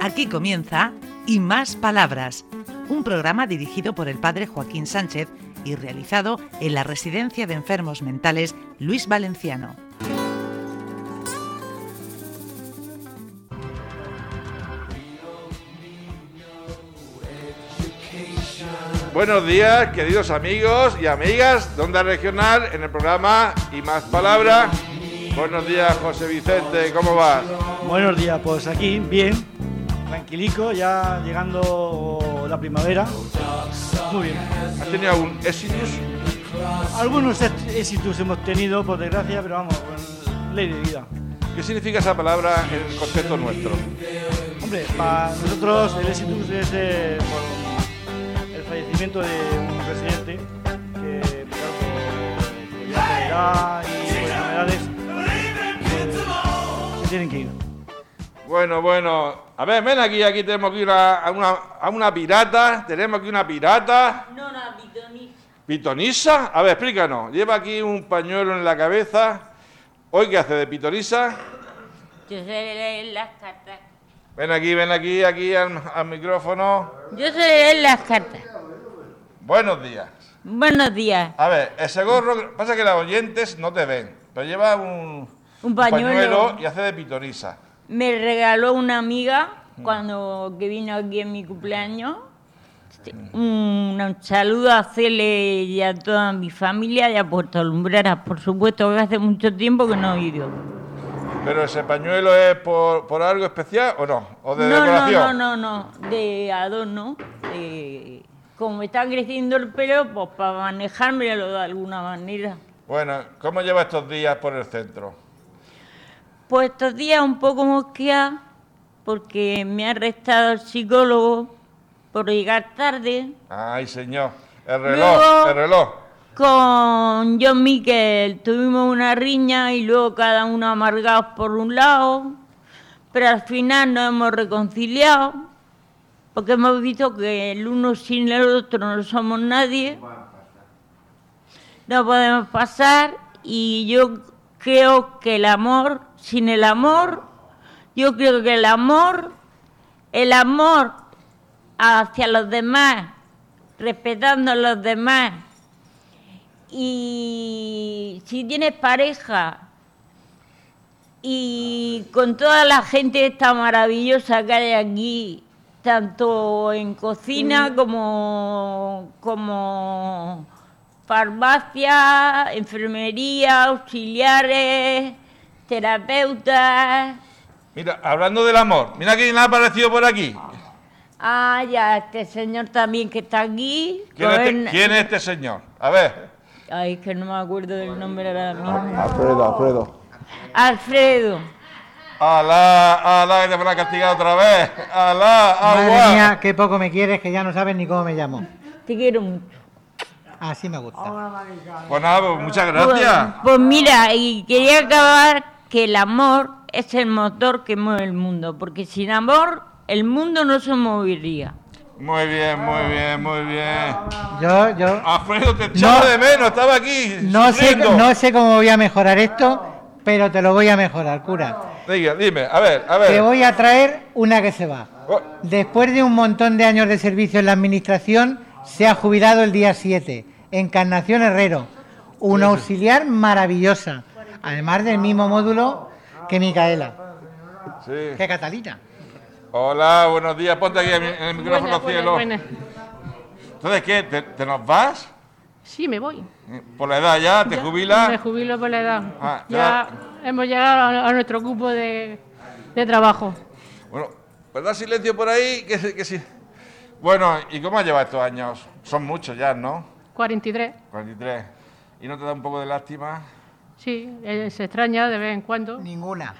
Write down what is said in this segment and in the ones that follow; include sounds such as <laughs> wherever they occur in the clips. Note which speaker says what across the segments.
Speaker 1: Aquí comienza Y Más Palabras, un programa dirigido por el padre Joaquín Sánchez y realizado en la Residencia de Enfermos Mentales Luis Valenciano.
Speaker 2: Buenos días, queridos amigos y amigas de Onda Regional en el programa Y Más Palabras. Buenos días, José Vicente, ¿cómo vas?
Speaker 3: Buenos días, pues aquí bien, tranquilico, ya llegando la primavera. Muy bien.
Speaker 2: ¿Has tenido algún éxitus?
Speaker 3: Algunos éxitos hemos tenido, por desgracia, pero vamos, con ley de vida.
Speaker 2: ¿Qué significa esa palabra en el contexto nuestro?
Speaker 3: Hombre, para nosotros el éxitus es eh, por el fallecimiento de un presidente que, pues, claro, por- por la enfermedad y pues, por enfermedades, eh, se tienen que ir.
Speaker 2: Bueno, bueno. A ver, ven aquí, aquí tenemos aquí una, a, una, a una pirata, tenemos aquí una pirata.
Speaker 4: No, no, Bitoni.
Speaker 2: ¿Pitonisa? A ver, explícanos. Lleva aquí un pañuelo en la cabeza. ¿Hoy qué hace de pitonisa?
Speaker 4: Yo sé leer las cartas.
Speaker 2: Ven aquí, ven aquí, aquí al, al micrófono.
Speaker 4: Yo sé leer las cartas.
Speaker 2: Buenos días.
Speaker 4: Buenos días.
Speaker 2: A ver, ese gorro, pasa que los oyentes no te ven, pero lleva un,
Speaker 4: Un pañuelo.
Speaker 2: y hace de pitonisa.
Speaker 4: Me regaló una amiga cuando que vino aquí en mi cumpleaños. Este, Un saludo a hacerle y a toda mi familia y a Puerto Lumbreras, por supuesto, que hace mucho tiempo que no he ido.
Speaker 2: Pero ese pañuelo es por, por algo especial o no, o de
Speaker 4: no, no, no,
Speaker 2: decoración.
Speaker 4: no, no, de adorno. de- como me está creciendo el pelo, pues para manejármelo de alguna manera.
Speaker 2: Bueno, ¿cómo lleva estos días por el centro?
Speaker 4: Pues estos días un poco mosqueada porque me ha arrestado el psicólogo por llegar tarde
Speaker 2: Ay, señor, el reloj,
Speaker 4: Luego-
Speaker 2: el reloj.
Speaker 4: con John Miquel. Tuvimos una riña y luego cada uno amargados por un lado, pero al final nos hemos reconciliado porque hemos visto que el uno sin el otro no somos nadie. No podemos pasar y yo creo que el amor, sin el amor, yo creo que el amor, el amor hacia los demás, respetando a los demás, y si tienes pareja y con toda la gente esta maravillosa que hay aquí, tanto en
Speaker 2: Mm.
Speaker 4: cocina como, como farmacia, enfermería, auxiliares, terapeutas.
Speaker 2: Mira, hablando del amor, mira quién ha aparecido por aquí.
Speaker 4: Ah, ya, este señor también que está aquí.
Speaker 2: ¿Quién es,
Speaker 4: Rubén-
Speaker 2: este, quién es este señor? A ver.
Speaker 4: Ay, es que no me acuerdo del nombre ahora mismo.
Speaker 5: Alfredo, Alfredo.
Speaker 4: Alfredo.
Speaker 2: Alá, alá, que te van a castigar otra vez. Alá,
Speaker 6: Madre
Speaker 2: agua.
Speaker 6: mía, qué poco me quieres que ya no sabes ni cómo me llamo.
Speaker 4: Te quiero mucho.
Speaker 6: Así me gusta.
Speaker 2: Pues nada, pues muchas
Speaker 4: Pues,
Speaker 2: gracias.
Speaker 4: pues mira, y quería acabar que el amor es el motor que mueve el mundo, porque sin amor el mundo no se movería.
Speaker 2: Muy bien, muy bien, muy bien.
Speaker 6: Yo, yo
Speaker 2: Alfredo, te echaba
Speaker 6: No.
Speaker 2: de menos, estaba aquí.
Speaker 6: no sé,
Speaker 2: sufriendo.
Speaker 6: no sé cómo voy a mejorar esto, pero te lo voy a mejorar, cura.
Speaker 2: Diga, dime, a ver, a
Speaker 6: Te
Speaker 2: ver.
Speaker 6: voy a traer una que se va.
Speaker 2: Oh,
Speaker 6: Después de un montón de años de servicio en la administración, se ha jubilado el día 7, Encarnación Herrero, una auxiliar maravillosa, además del mismo módulo que Micaela,
Speaker 2: sí.
Speaker 6: que Catalina.
Speaker 2: Hola, buenos días, ponte aquí en el- en el micrófono,
Speaker 7: Buenas, buenas,
Speaker 2: cielo.
Speaker 7: buenas.
Speaker 2: Entonces, ¿qué? ¿Te, te nos vas?
Speaker 7: Sí, me voy.
Speaker 2: Por la edad ya, te
Speaker 7: Ya, Me
Speaker 2: jubilas.
Speaker 7: jubilo por la edad.
Speaker 2: Ah,
Speaker 7: ya. hemos llegado a, a nuestro cupo de, de trabajo.
Speaker 2: Bueno, ¿verdad silencio por ahí? Que, se- que sí. Bueno, ¿y cómo has llevado estos años? Son muchos ya, ¿no?
Speaker 7: 43.
Speaker 2: 43. ¿Y no te da un poco de lástima?
Speaker 7: Sí, eh, se extraña de vez en cuando.
Speaker 6: Ninguna.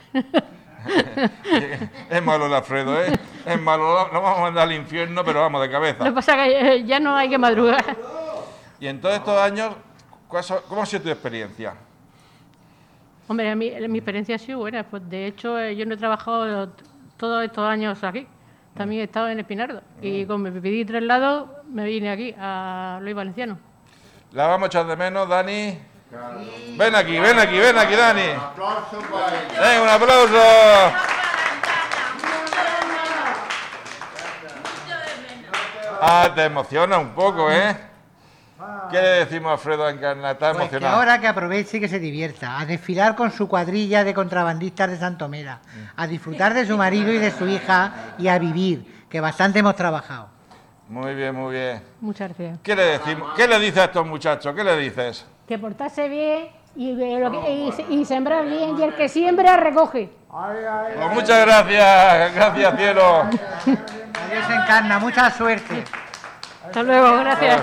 Speaker 2: es malo el Alfredo, ¿eh? Es malo, lo vamos a mandar al infierno, pero vamos de cabeza.
Speaker 7: Lo que pasa es que eh, ya no hay que madrugar. <laughs>
Speaker 2: Y en todos estos años, ¿cuál so- ¿cómo ha sido tu experiencia?
Speaker 7: Hombre, a mí- mi experiencia ha sido buena. Pues de hecho, eh, yo no he trabajado t- todos estos años aquí. También he estado en Espinardo.
Speaker 2: Mm.
Speaker 7: Y como me pedí traslado, me vine aquí, a Luis Valenciano.
Speaker 2: La vamos a echar de menos, Dani. Ven aquí, ven aquí, ven aquí, Dani. Eh, Venga, un aplauso. Ah, te emociona un poco, ¿eh? ¿Qué le decimos a Alfredo Encarnatá
Speaker 6: Pues que
Speaker 2: emocionado?
Speaker 6: ahora que aproveche y que se divierta, a desfilar con su cuadrilla de contrabandistas de Santomera, a disfrutar de su marido y de su hija y a vivir, que bastante hemos trabajado.
Speaker 2: Muy bien, muy bien.
Speaker 7: Muchas gracias.
Speaker 2: ¿Qué le decimos? ¿Qué le dices a estos muchachos? ¿Qué le dices?
Speaker 5: que portarse bien y, eh, lo que- y se- y sembrar bien. Y el que siembra, recoge.
Speaker 2: Pues muchas gracias, gracias cielo.
Speaker 6: Adiós encarna, mucha suerte.
Speaker 7: Hasta luego, gracias.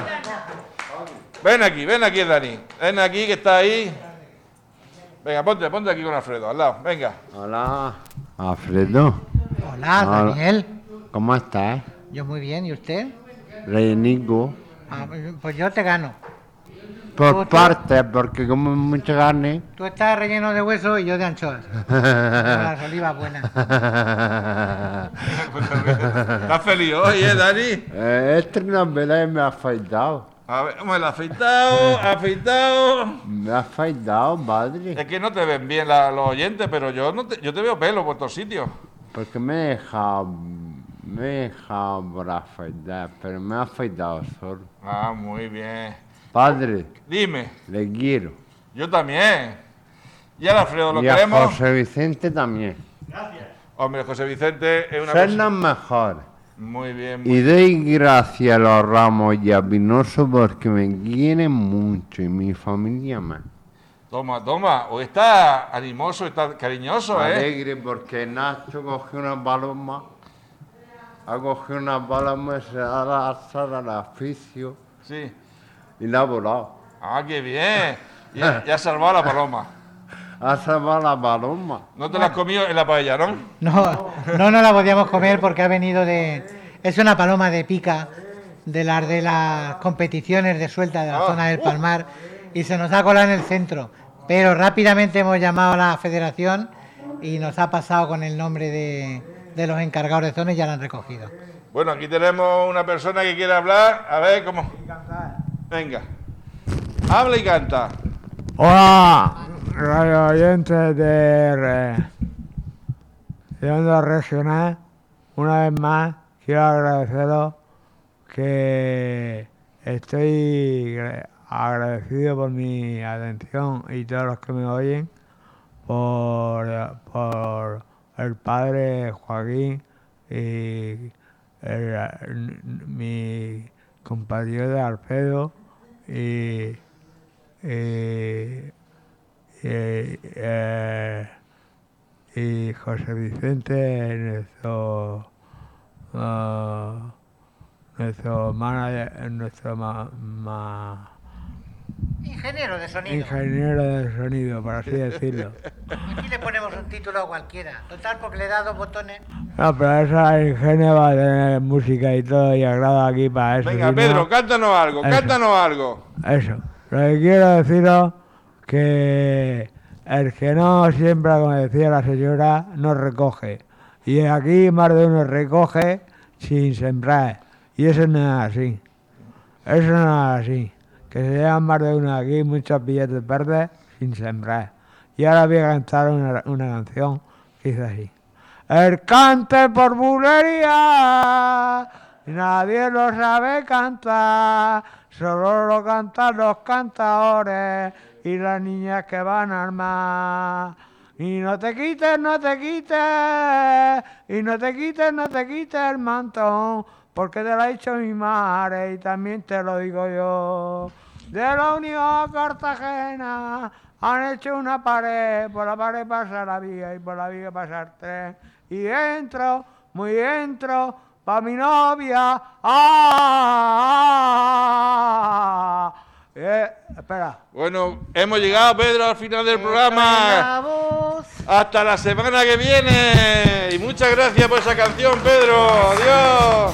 Speaker 2: Ven aquí, ven aquí, Dani. Ven aquí que está ahí. Venga, ponte, ponte aquí con Alfredo, al lado. Venga.
Speaker 8: Hola, Alfredo.
Speaker 6: Hola,
Speaker 8: Hola.
Speaker 6: Daniel.
Speaker 8: ¿Cómo estás?
Speaker 6: Yo muy bien, ¿y usted?
Speaker 8: Reinigo.
Speaker 6: Ah, pues yo te gano. ¿Cómo
Speaker 8: Por
Speaker 6: estás?
Speaker 8: partes, porque como mucha carne. <laughs>
Speaker 6: Tú estás relleno de hueso y yo de anchoas. la saliva buena.
Speaker 2: ¿Estás feliz hoy, eh, Dani?
Speaker 8: Eh, Esta es una vela y me ha afeitado.
Speaker 2: A ver, bueno, afeitado, afeitado.
Speaker 8: Me ha afeitado,
Speaker 2: Es
Speaker 8: padre.
Speaker 2: que no te ven bien la- los oyentes, pero yo no te, yo te veo pelo por todos sitios.
Speaker 8: Porque me he dejado. Me he dejado por afeitar, pero me ha afeitado solo.
Speaker 2: Ah, muy bien.
Speaker 8: Padre,
Speaker 2: Dime,
Speaker 8: le quiero.
Speaker 2: yo también. ¿Y al Alfredo lo
Speaker 8: y a
Speaker 2: queremos?
Speaker 8: José Vicente también.
Speaker 2: Hombre, José Vicente es una
Speaker 8: Ser
Speaker 2: persona-
Speaker 8: los mejores.
Speaker 2: Muy bien, muy
Speaker 8: Y doy gracias a los Ramos y a Pinoso porque me quieren mucho y mi familia más.
Speaker 2: Toma, toma. Hoy está animoso, está cariñoso, ¿eh?
Speaker 8: Alegre porque Nacho cogió una paloma, ha cogido una paloma y se ha lanzado al oficio
Speaker 2: Sí.
Speaker 8: y la ha volado.
Speaker 2: Ah, qué
Speaker 9: <laughs>
Speaker 2: bien. Y, y has salvado a la paloma.
Speaker 8: Ha salvado la paloma.
Speaker 2: No te la has comido en la paella, ¿no?
Speaker 6: No, no nos la podíamos comer porque ha venido de. Es una paloma de pica, de las de las competiciones de suelta de la
Speaker 2: Ah,
Speaker 6: zona del
Speaker 2: uh.
Speaker 6: Palmar, y se nos ha colado en el centro. Pero rápidamente hemos llamado a la federación y nos ha pasado con el nombre de, de los encargados de zonas y ya la han recogido.
Speaker 2: Bueno, aquí tenemos una persona que quiere hablar. A ver cómo. Venga. Habla y canta.
Speaker 9: Hola, radio oyentes de, Re- de Onda Regional. Una vez más, quiero agradeceros que estoy gra- agradecido por mi atención y todos los que me oyen por, por el padre Joaquín y el- n- n- mi compatriota Alfredo y eh, eh, eh, y José Vicente, nuestro, ah, nuestro manager, nuestro ma- ma-
Speaker 6: Ingeniero de sonido.
Speaker 9: ingeniero de sonido, por así decirlo.
Speaker 6: Aquí le ponemos un título a cualquiera. Total, porque le da dos botones.
Speaker 9: No, pero esa ingenio va a tener música y todo y agrada aquí para eso.
Speaker 2: Venga,
Speaker 9: si no-
Speaker 2: Pedro, cántanos algo,
Speaker 9: Eso.
Speaker 2: cántanos algo.
Speaker 9: Eso. Lo que quiero deciros que el que no siembra, como decía la señora, no recoge. Y aquí más de uno recoge sin sembrar. Y eso no es así. Eso no es así. Que se llevan más de uno aquí muchos billetes verdes sin sembrar. Y ahora voy a cantar una, una canción que dice así. El cante por bulería, nadie lo sabe cantar, solo lo cantan los cantadores y las niñas que van al mar. Y no te quites, no te quites, y no te quites, no te quites el mantón, porque te lo ha dicho mi madre y también te lo digo yo. De la Unión Cartagena han hecho una pared, por la pared pasa la vía y por la vía pasa el tren. Y entro, muy entro, pa' mi novia. ¡Ah! ah, ah, ah. Eh, espera.
Speaker 2: Bueno, hemos llegado, Pedro, al final del programa. Hasta la semana que viene. Y muchas gracias por esa canción, Pedro. Adiós.